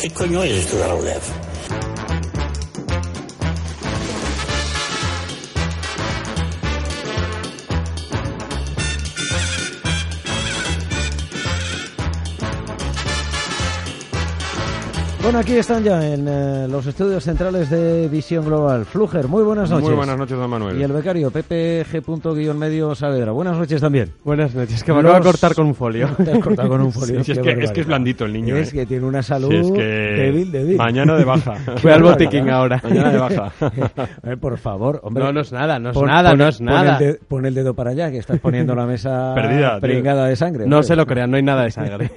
¿Qué coño es esto de la UDEF? Bueno, aquí están ya en eh, los estudios centrales de Visión Global. Fluger, muy buenas noches. Muy buenas noches, don Manuel. Y el becario, ppg.medio Saavedra. Buenas noches también. Buenas noches, que me lo voy a Los- cortar con un folio. Te has cortado con un folio. Sí, sí, es, qué que, es barbaridad. que es blandito el niño. Es ¿eh? que tiene una salud Sí, es que débil, débil. Mañana de baja. Voy al botiquín ahora. Mañana de baja. A ver, Eh, por favor, hombre. No, no es nada, no es Pon- nada, pon- no es pon El nada. de- pon el dedo para allá, que estás poniendo la mesa Perdida, tío. pringada de sangre. No hombre. se lo crean, no hay nada de sangre.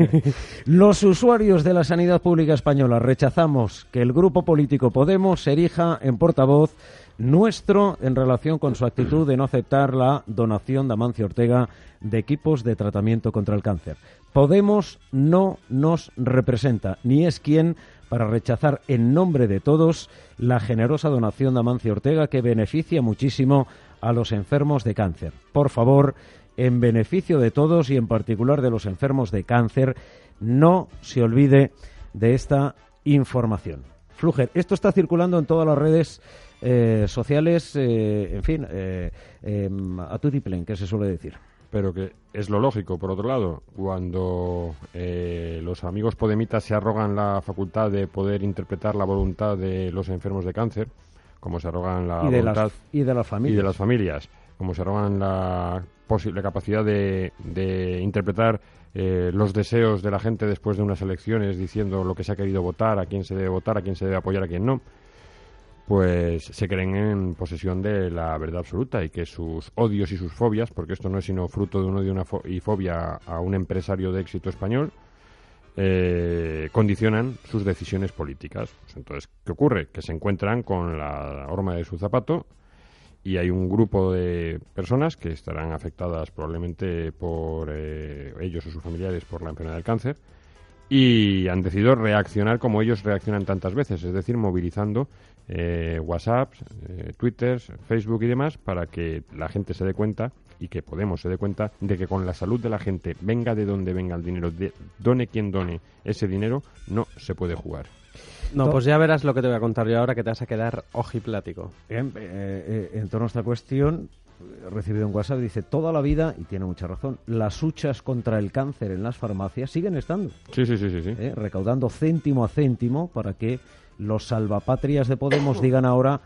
Los usuarios de la sanidad pública española rechazamos que el grupo político Podemos se erija en portavoz nuestro en relación con su actitud de no aceptar la donación de Amancio Ortega de equipos de tratamiento contra el cáncer. Podemos no nos representa, ni es quien para rechazar en nombre de todos la generosa donación de Amancio Ortega que beneficia muchísimo a los enfermos de cáncer. Por favor, en beneficio de todos y en particular de los enfermos de cáncer, no se olvide de esta información. Fluger, esto está circulando en todas las redes eh, sociales, eh, en fin, eh, em, a tutiplén, que se suele decir. Pero que es lo lógico, por otro lado, cuando eh, los amigos podemitas se arrogan la facultad de poder interpretar la voluntad de los enfermos de cáncer, como se arrogan la Y de, voluntad las, y de las y familias. de las familias, como se arrogan la, posi- la capacidad de, de interpretar eh, los deseos de la gente después de unas elecciones, diciendo lo que se ha querido votar, a quién se debe votar, a quién se debe apoyar, a quién no, pues se creen en posesión de la verdad absoluta y que sus odios y sus fobias, porque esto no es sino fruto de un odio y una fo- y fobia a un empresario de éxito español, eh, condicionan sus decisiones políticas. Pues entonces, ¿qué ocurre? Que se encuentran con la horma de su zapato y hay un grupo de personas que estarán afectadas probablemente por eh, ellos o sus familiares por la enfermedad del cáncer y han decidido reaccionar como ellos reaccionan tantas veces, es decir, movilizando eh, WhatsApps, eh, Twitters, Facebook y demás para que la gente se dé cuenta y que Podemos se dé cuenta de que con la salud de la gente, venga de donde venga el dinero, de- done quien done ese dinero, no se puede jugar. No, pues ya verás lo que te voy a contar yo ahora que te vas a quedar ojiplático. En, eh, eh, en torno a esta cuestión, he recibido un WhatsApp, dice, toda la vida, y tiene mucha razón, las huchas contra el cáncer en las farmacias siguen estando. Sí, sí, sí, sí. sí. ¿eh? recaudando céntimo a céntimo para que los salvapatrias de Podemos digan ahora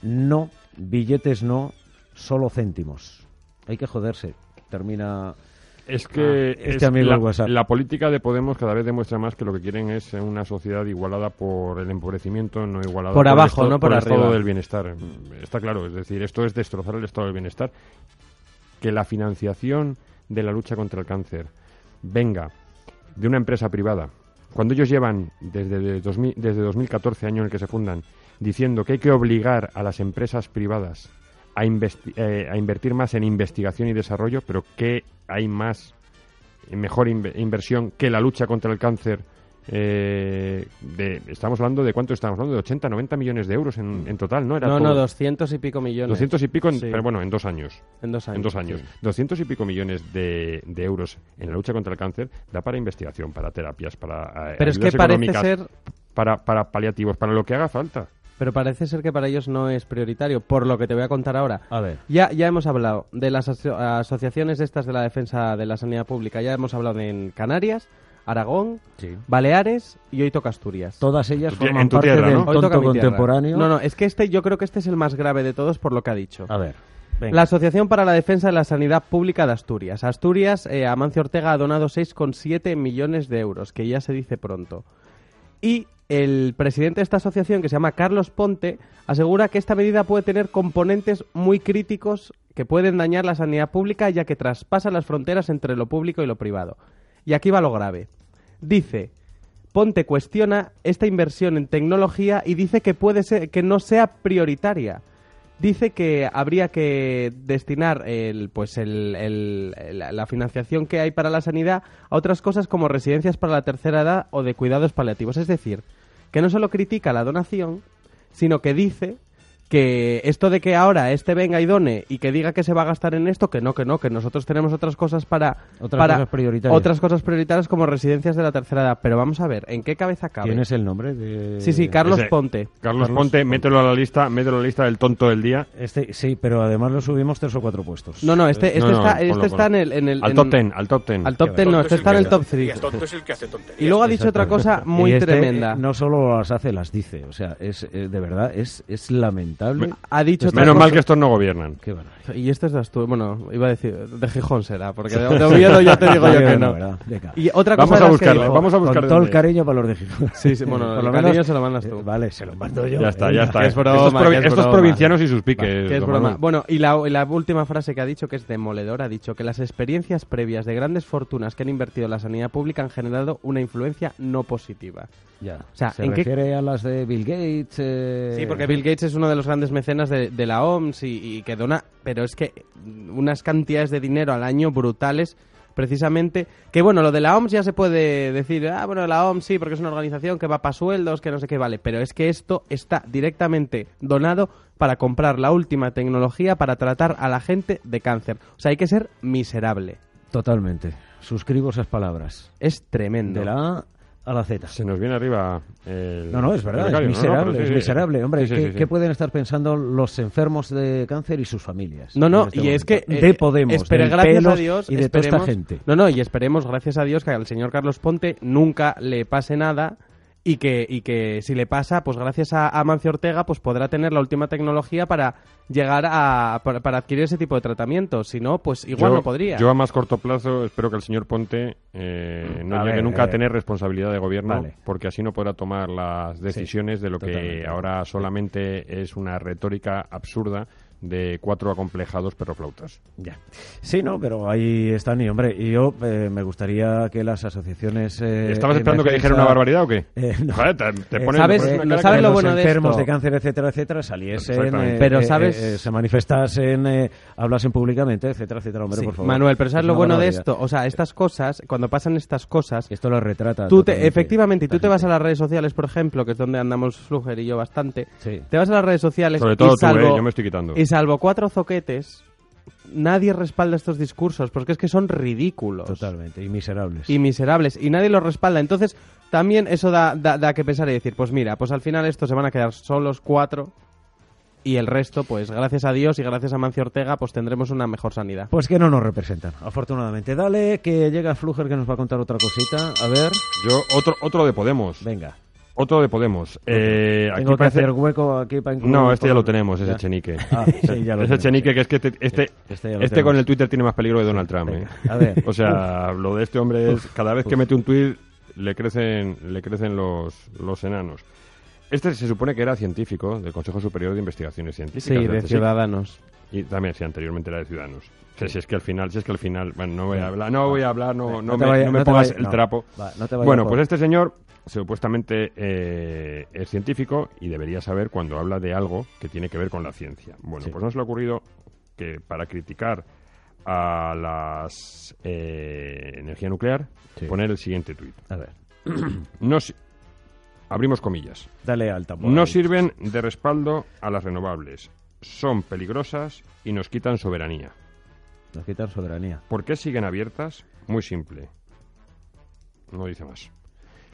no, billetes no, solo céntimos. Hay que joderse. Termina. Es Ah, que este es amigo la, del WhatsApp. la política de Podemos cada vez demuestra más que lo que quieren es eh, una sociedad igualada por el empobrecimiento, no igualada Por el abajo, estado- no por el arriba. estado del bienestar. Mm, Está claro, es decir, esto es destrozar el estado del bienestar. Que la financiación de la lucha contra el cáncer venga de una empresa privada, cuando ellos llevan desde, de 2000 desde 2014, año en el que se fundan, diciendo que hay que obligar a las empresas privadas a, investi- eh, a invertir más en investigación y desarrollo, pero que hay más eh, mejor inve- inversión que la lucha contra el cáncer. eh, de, estamos hablando de cuánto estamos hablando, de 80, 90 millones de euros en, en total, ¿no? Era No, todo. no, 200 y pico millones. 200 y pico, en- Sí, pero bueno, en dos años. en dos años. En dos años. sí. 200 y pico millones de, de euros en la lucha contra el cáncer da para investigación, para terapias, para eh, Pero es que ayudas parece económicas, ser, Para, para paliativos, para lo que haga falta. pero parece ser que para ellos no es prioritario, por lo que te voy a contar ahora. A ver. Ya, ya hemos hablado de las aso- asociaciones estas de la defensa de la sanidad pública, ya hemos hablado en Canarias, Aragón, Baleares y hoy toca Asturias. Todas ellas En tu tie- forman en tu parte tierra, del ¿no? Hoy toca tonto mi tierra. contemporáneo. No, no, es que este yo creo que este es el más grave de todos por lo que ha dicho. A ver. Venga. La Asociación para la Defensa de la Sanidad Pública de Asturias. Asturias, eh, Amancio Ortega ha donado 6,7 millones de euros, que ya se dice pronto. Y el presidente de esta asociación, que se llama Carlos Ponte, asegura que esta medida puede tener componentes muy críticos que pueden dañar la sanidad pública, ya que traspasa las fronteras entre lo público y lo privado. Y aquí va lo grave. Dice, Ponte cuestiona esta inversión en tecnología y dice que puede ser que no sea prioritaria. Dice que habría que destinar el, pues el- el- la la financiación que hay para la sanidad a otras cosas como residencias para la tercera edad o de cuidados paliativos. Es decir, que no solo critica la donación, sino que dice que esto de que ahora este venga y done y que diga que se va a gastar en esto, que no, que no, que nosotros tenemos otras cosas para... Otras para- cosas prioritarias. otras cosas prioritarias como residencias de la tercera edad. Pero vamos a ver, ¿en qué cabeza cabe? ¿Tienes el nombre? De... Sí, sí, Carlos Ese- Ponte. Carlos, Ponte, mételo a la lista, mételo a la lista del tonto del día. Este, sí, pero además lo subimos tres o cuatro puestos. No, no, este, este No, no, está, ponlo, este está en ponlo. el... en el- Al en- top ten, al top ten. Al top ten, no, este está en el top 3. tonto es el que hace tonterías. Y luego ha dicho otra cosa muy Y este, tremenda. eh, No solo las hace, las dice. O sea, es eh, de verdad, es, es lamentable. Ha dicho otra Pues Menos mal cosa- que estos no gobiernan. Qué barbaridad. Y este es de Asturias, bueno, iba a decir, de Gijón será, porque de, de Oviedo ya te digo yo que De no. verdad, venga. Y otra Vamos cosa a de las que buscarlo, dijo- vamos a buscar Con todo el dónde. cariño para los de Gijón. Sí, sí, bueno, Por el lo cariño menos- se lo mandas tú. eh, Vale, se lo mando yo. eh, Ya está, ya venga. está. Que es broma, estos provi- que es estos broma. provincianos y sus Va, piques. que es don broma. Manuel. Bueno, y la, y la última frase que ha dicho, que es demoledora, ha dicho que las experiencias previas de grandes fortunas que han invertido en la sanidad pública han generado una influencia no positiva. Ya. O sea, ¿Se ¿en qué- refiere a las de Bill Gates? eh? Sí, porque Bill Gates es uno de los grandes mecenas de, de la OMS y, y que dona, pero es que unas cantidades de dinero al año brutales, precisamente, que bueno, lo de la OMS ya se puede decir, ah, bueno, la OMS sí, porque es una organización que va para sueldos, que no sé qué vale, pero es que esto está directamente donado para comprar la última tecnología para tratar a la gente de cáncer. O sea, hay que ser miserable. Totalmente. Suscribo esas palabras. Es tremendo. De la A a la Z. Se nos viene arriba eh, el. No, no, es el verdad, becario, es no, miserable, no, pero sí, es sí. miserable. Hombre, Sí, sí, ¿qué, sí, sí. qué pueden estar pensando los enfermos de cáncer y sus familias? No, no, en este y momento? es que... De eh, Podemos, espere, del gracias Pelos a Dios, y de toda esta esperemos- gente. No, no, y esperemos, gracias a Dios, que al señor Carlos Ponte nunca le pase nada y que, y que si le pasa, pues gracias a Amancio Ortega, pues podrá tener la última tecnología para llegar a... para, para adquirir ese tipo de tratamiento. Si no, pues igual Yo- no podría. Yo a más corto plazo espero que el señor Ponte eh, no Mm, A llegue ver, nunca a a, ver. tener responsabilidad de gobierno, Vale. porque así no podrá tomar las decisiones de lo que totalmente. ahora solamente es una retórica absurda de cuatro acomplejados perroflautas. Ya. Sí, no, pero ahí están. Y hombre, y yo eh, me gustaría que las asociaciones. eh, ¿Estabas en esperando que defensa- dijera una barbaridad o qué? Eh, no. Joder, te, te Eh, pones- ¿sabes- te pones una cara no sabes que lo los bueno de enfermos esto? de cáncer, etcétera, etcétera, saliesen, Exactamente. eh, Pero, eh, ¿sabes? eh, se manifestasen, eh, hablasen públicamente, etcétera, etcétera, hombre, Sí, por favor. Manuel, pero ¿sabes Es lo una bueno de barbaridad. esto? O sea, estas cosas, cuando pasan estas cosas, Esto lo retrata. Tú te- totalmente efectivamente, y tú esta te vas a gente. las redes sociales, por ejemplo, que es donde andamos Fluger y yo bastante. Sí. Te vas a las redes sociales Sobre y todo tú, salvo, eh, yo me estoy quitando. Y salvo cuatro zoquetes, nadie respalda estos discursos porque es que son ridículos Totalmente, y miserables. y miserables y nadie los respalda. Entonces, también eso da, da, da que pensar y decir, pues mira, pues al final estos se van a quedar solos cuatro y el resto, pues gracias a Dios y gracias a Mancio Ortega, pues tendremos una mejor sanidad. Pues que no nos representan, afortunadamente. Dale, que llega Fluger que nos va a contar otra cosita. A ver, Yo, otro, otro de Podemos. venga. Otro de Podemos. Eh, aquí Tengo que parece- hacer hueco aquí para incluir. No, este ya por- lo tenemos, ese Ya. chenique. Ah, sí, ya lo ese tenemos, chenique, sí. que es que este, este, Este ya lo este tenemos. con el Twitter tiene más peligro que Donald Trump. venga, ¿eh? a ver. O sea, lo de este hombre es, cada vez que mete un tweet le crecen, le crecen los, los enanos. Este se supone que era científico del Consejo Superior de Investigaciones Científicas. del CSIC, Ciudadanos. Y también, sí, anteriormente era de Ciudadanos. Que si es que al final, si es que al final, bueno, no voy a hablar, no voy a hablar, no, no te me, vaya- no me no te pongas vaya- el no. trapo. Va, no te vaya bueno, por- pues este señor supuestamente eh, es científico y debería saber cuando habla de algo que tiene que ver con la ciencia. Bueno, pues nos le ha ocurrido que para criticar a las eh, energía nuclear, Sí. poner el siguiente tuit. A ver, No, si- abrimos comillas. dale al tambor. No ahí. sirven de respaldo a las renovables. Son peligrosas y nos quitan soberanía. Nos quitan soberanía. ¿Por qué siguen abiertas? Muy simple. No dice más.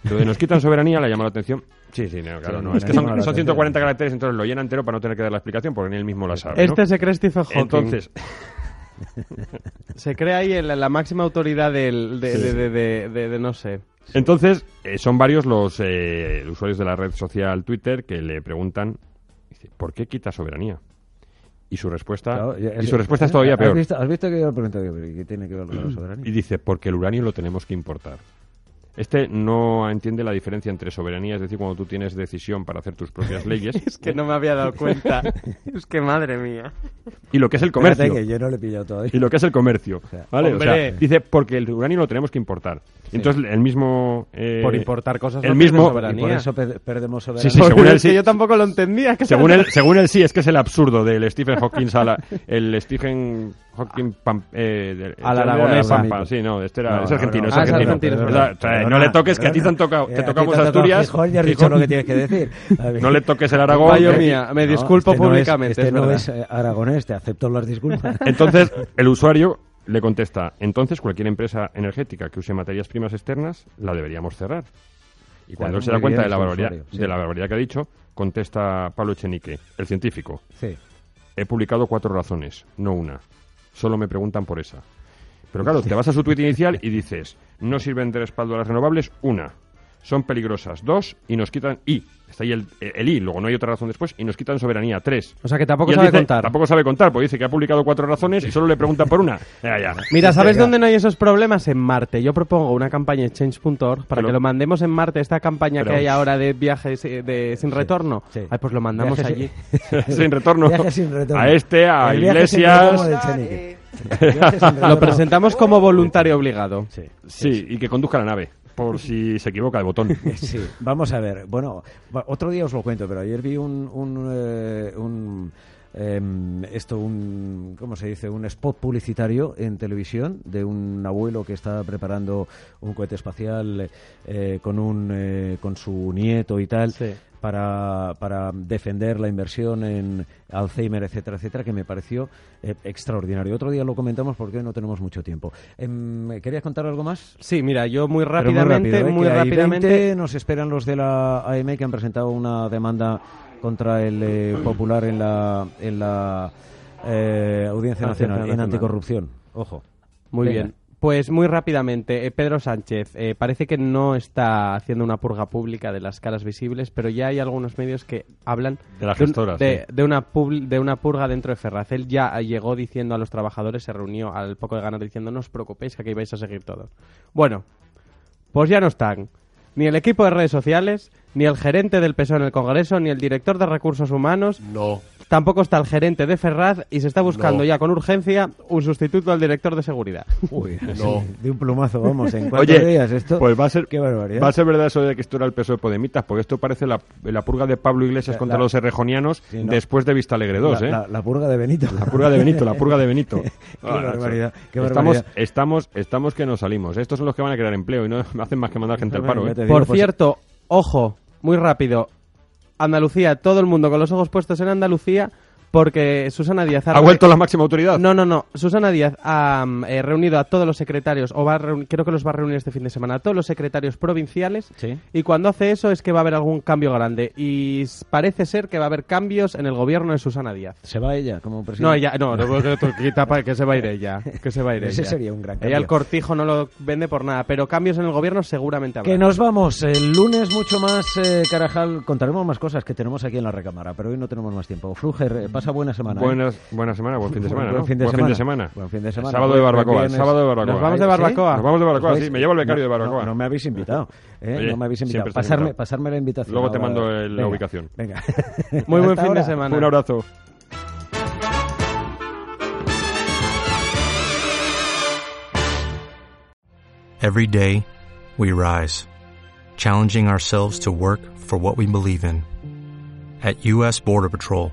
Lo de nos quitan soberanía le llama la atención. Sí, sí, no, claro, Sí, no. me Es que llama la son, son atención. 140 caracteres, entonces lo llena entero para no tener que dar la explicación porque ni él mismo la sabe. ¿no? Este se cree Stephen Hawking. Entonces, Se crea ahí el- la máxima autoridad del, de, de- de- de- de- de no sé. Entonces, eh, son varios los eh, usuarios de la red social Twitter que le preguntan, dice, ¿por qué quita soberanía? Y su respuesta, Claro, ya- y su respuesta es todavía eh, ¿Has peor. Visto, ¿Has visto que yo le pregunté, digo, pero ¿y qué tiene que ver con la soberanía? Y dice, porque el uranio lo tenemos que importar. Este no entiende la diferencia entre soberanía, es decir, cuando tú tienes decisión para hacer tus propias leyes, Es que no me había dado cuenta. es que madre mía. y lo que es el Espérate, comercio. que yo no le he pillado todavía. y lo que es el comercio. ¿vale? O sea, Hombre. dice, porque el uranio lo tenemos que importar. Entonces, el mismo... eh, Por importar cosas El no pierdes mismo... soberanía. Por eso pe- perdemos soberanía. Sí, sí, según Porque él es que sí. yo tampoco lo entendía. que Según él, según él sí, es que es el absurdo del Stephen Hawking a la- el Stephen Hawking pam, eh, del- Al era- aragonesa. pam, pam, sí, no, este era, No, es no, argentino, no, es ah, es argentino. argentino, O sea, perdona, trae, no perdona, le toques que a ti te han perdona. tocado, Eh, te a ti tocamos te ha tocado Asturias. Gijón y has dicho Gijón. lo que tienes que decir. A ver. No le toques el Aragón. Fallo que- mío. Me eh, No, disculpo este no es- públicamente, es este no verdad. es eh, aragonés, te acepto las disculpas. Entonces, el usuario le contesta, entonces cualquier empresa energética que use materias primas externas la deberíamos cerrar. Y Claro, cuando él se da muy cuenta bien, de la, es un barbaridad, usuario, sí. de la barbaridad que ha dicho, contesta Pablo Echenique, el científico. Sí. He publicado cuatro razones, no una. Solo me preguntan por esa. Pero claro, te vas a su tuit inicial y dices, no sirven de respaldo a las renovables, una. Son peligrosas, dos, y nos quitan, y, está ahí el, el y, luego no hay otra razón después, y nos quitan soberanía, tres. O sea, que tampoco Y él sabe dice- contar. Tampoco sabe contar, porque dice que ha publicado cuatro razones y solo le preguntan por una. Ya, ya. Mira, este ¿sabes dónde no hay esos problemas? En Marte. Yo propongo una campaña en change.org para Pero- que lo mandemos en Marte, esta campaña Pero- que hay ahora de viajes eh, de, sin retorno. sí. Ay, pues lo mandamos Viajes allí. sin, retorno. Viaje sin retorno. A este, a El viaje sin Iglesias. retorno del Chenique. Viaje sin retorno. Lo presentamos como voluntario obligado. Sí. Sí, y que conduzca la nave, por si se equivoca de botón. Sí, vamos a ver. Bueno, va- otro día os lo cuento, pero ayer vi un, un, eh, un, em, esto, un, ¿cómo se dice? Un spot publicitario en televisión de un abuelo que está preparando un cohete espacial eh, con un, eh, con su nieto y tal. Sí. Para, para defender la inversión en Alzheimer, etcétera, etcétera, que me pareció eh, extraordinario. Otro día lo comentamos porque hoy no tenemos mucho tiempo. Em, ¿Querías contar algo más? Sí, mira, yo muy Pero rápidamente, rápido, ¿eh? muy, Que hay rápidamente. 20 nos esperan los de la AM que han presentado una demanda contra el eh, popular en la, en la eh, Audiencia Audiencia Nacional, en Nacional. anticorrupción. Ojo. Muy Venga. bien. Pues muy rápidamente, eh, Pedro Sánchez eh, parece que no está haciendo una purga pública de las caras visibles, pero ya hay algunos medios que hablan De las un- gestoras, de, sí. de una pul- de una purga dentro de Ferraz. Él ya llegó diciendo a los trabajadores, se reunió al poco de ganas diciendo no os preocupéis que aquí vais a seguir todos. Bueno, pues ya no están. Ni el equipo de redes sociales, ni el gerente del PSOE E en el Congreso, ni el director de recursos humanos, No. tampoco está el gerente de Ferraz y se está buscando No. ya con urgencia un sustituto al director de seguridad. Uy, No. de un plumazo, vamos, en cuatro Oye, días esto. pues va a ser Qué barbaridad. Va a ser verdad eso de que esto era el peso de E Podemitas, porque esto parece la, la purga de Pablo Iglesias contra la- los errejonianos Sí, no. después de Vista Alegre 2, la, ¿eh? la- la purga de Benito. La purga de Benito, la purga de Benito. Ah, barbaridad, eso. qué estamos, barbaridad. estamos, estamos que nos salimos. Estos son los que van a crear empleo y no hacen más que mandar gente al paro, Ya ¿eh? te digo, Por pues, cierto, ojo, muy rápido. Andalucía, todo el mundo con los ojos puestos en Andalucía porque Susana Díaz ¿Ha vuelto la máxima autoridad? No, no, no. Susana Díaz ha mm, eh, reunido a todos los secretarios, o va a reun- creo que los va a reunir este fin de semana, a todos los secretarios provinciales. Sí. Y cuando hace eso es que va a haber algún cambio grande. Y s- parece ser que va a haber cambios en el gobierno de Susana Díaz. Se va ella como presidente. No, ella, no, no, que, que tapa- que se va a ir ella. Que se va a ir Ese ella. sería un gran Ella cambio. el cortijo no lo vende por nada, pero cambios en el gobierno seguramente habrá. Que nos vamos. El lunes mucho más, eh, Carajal. Contaremos más cosas que tenemos aquí en la recámara, pero hoy no tenemos más tiempo. Fluger, eh, pasa buena semana. ¿eh? Buenas, buena semana, buen fin de semana, Buen ¿no? fin de Buen fin de semana. semana. Buen fin de semana. Sábado Buen- de buen barbacoa, viernes. sábado de barbacoa. Nos vamos de ¿Eh? barbacoa. Nos vamos de barbacoa, ¿Veis? sí. Me llevo el becario No, de barbacoa. No, no me habéis invitado. ¿eh? Oye, no me habéis invitado. siempre estás Pasarme, invitado. pasarme la invitación. Luego te ahora. mando el- la Venga, ubicación. Venga. Muy buen Hasta fin de ahora. semana. Un abrazo. Every day, we rise, challenging ourselves to work for what we believe in. At U.S. Border Patrol,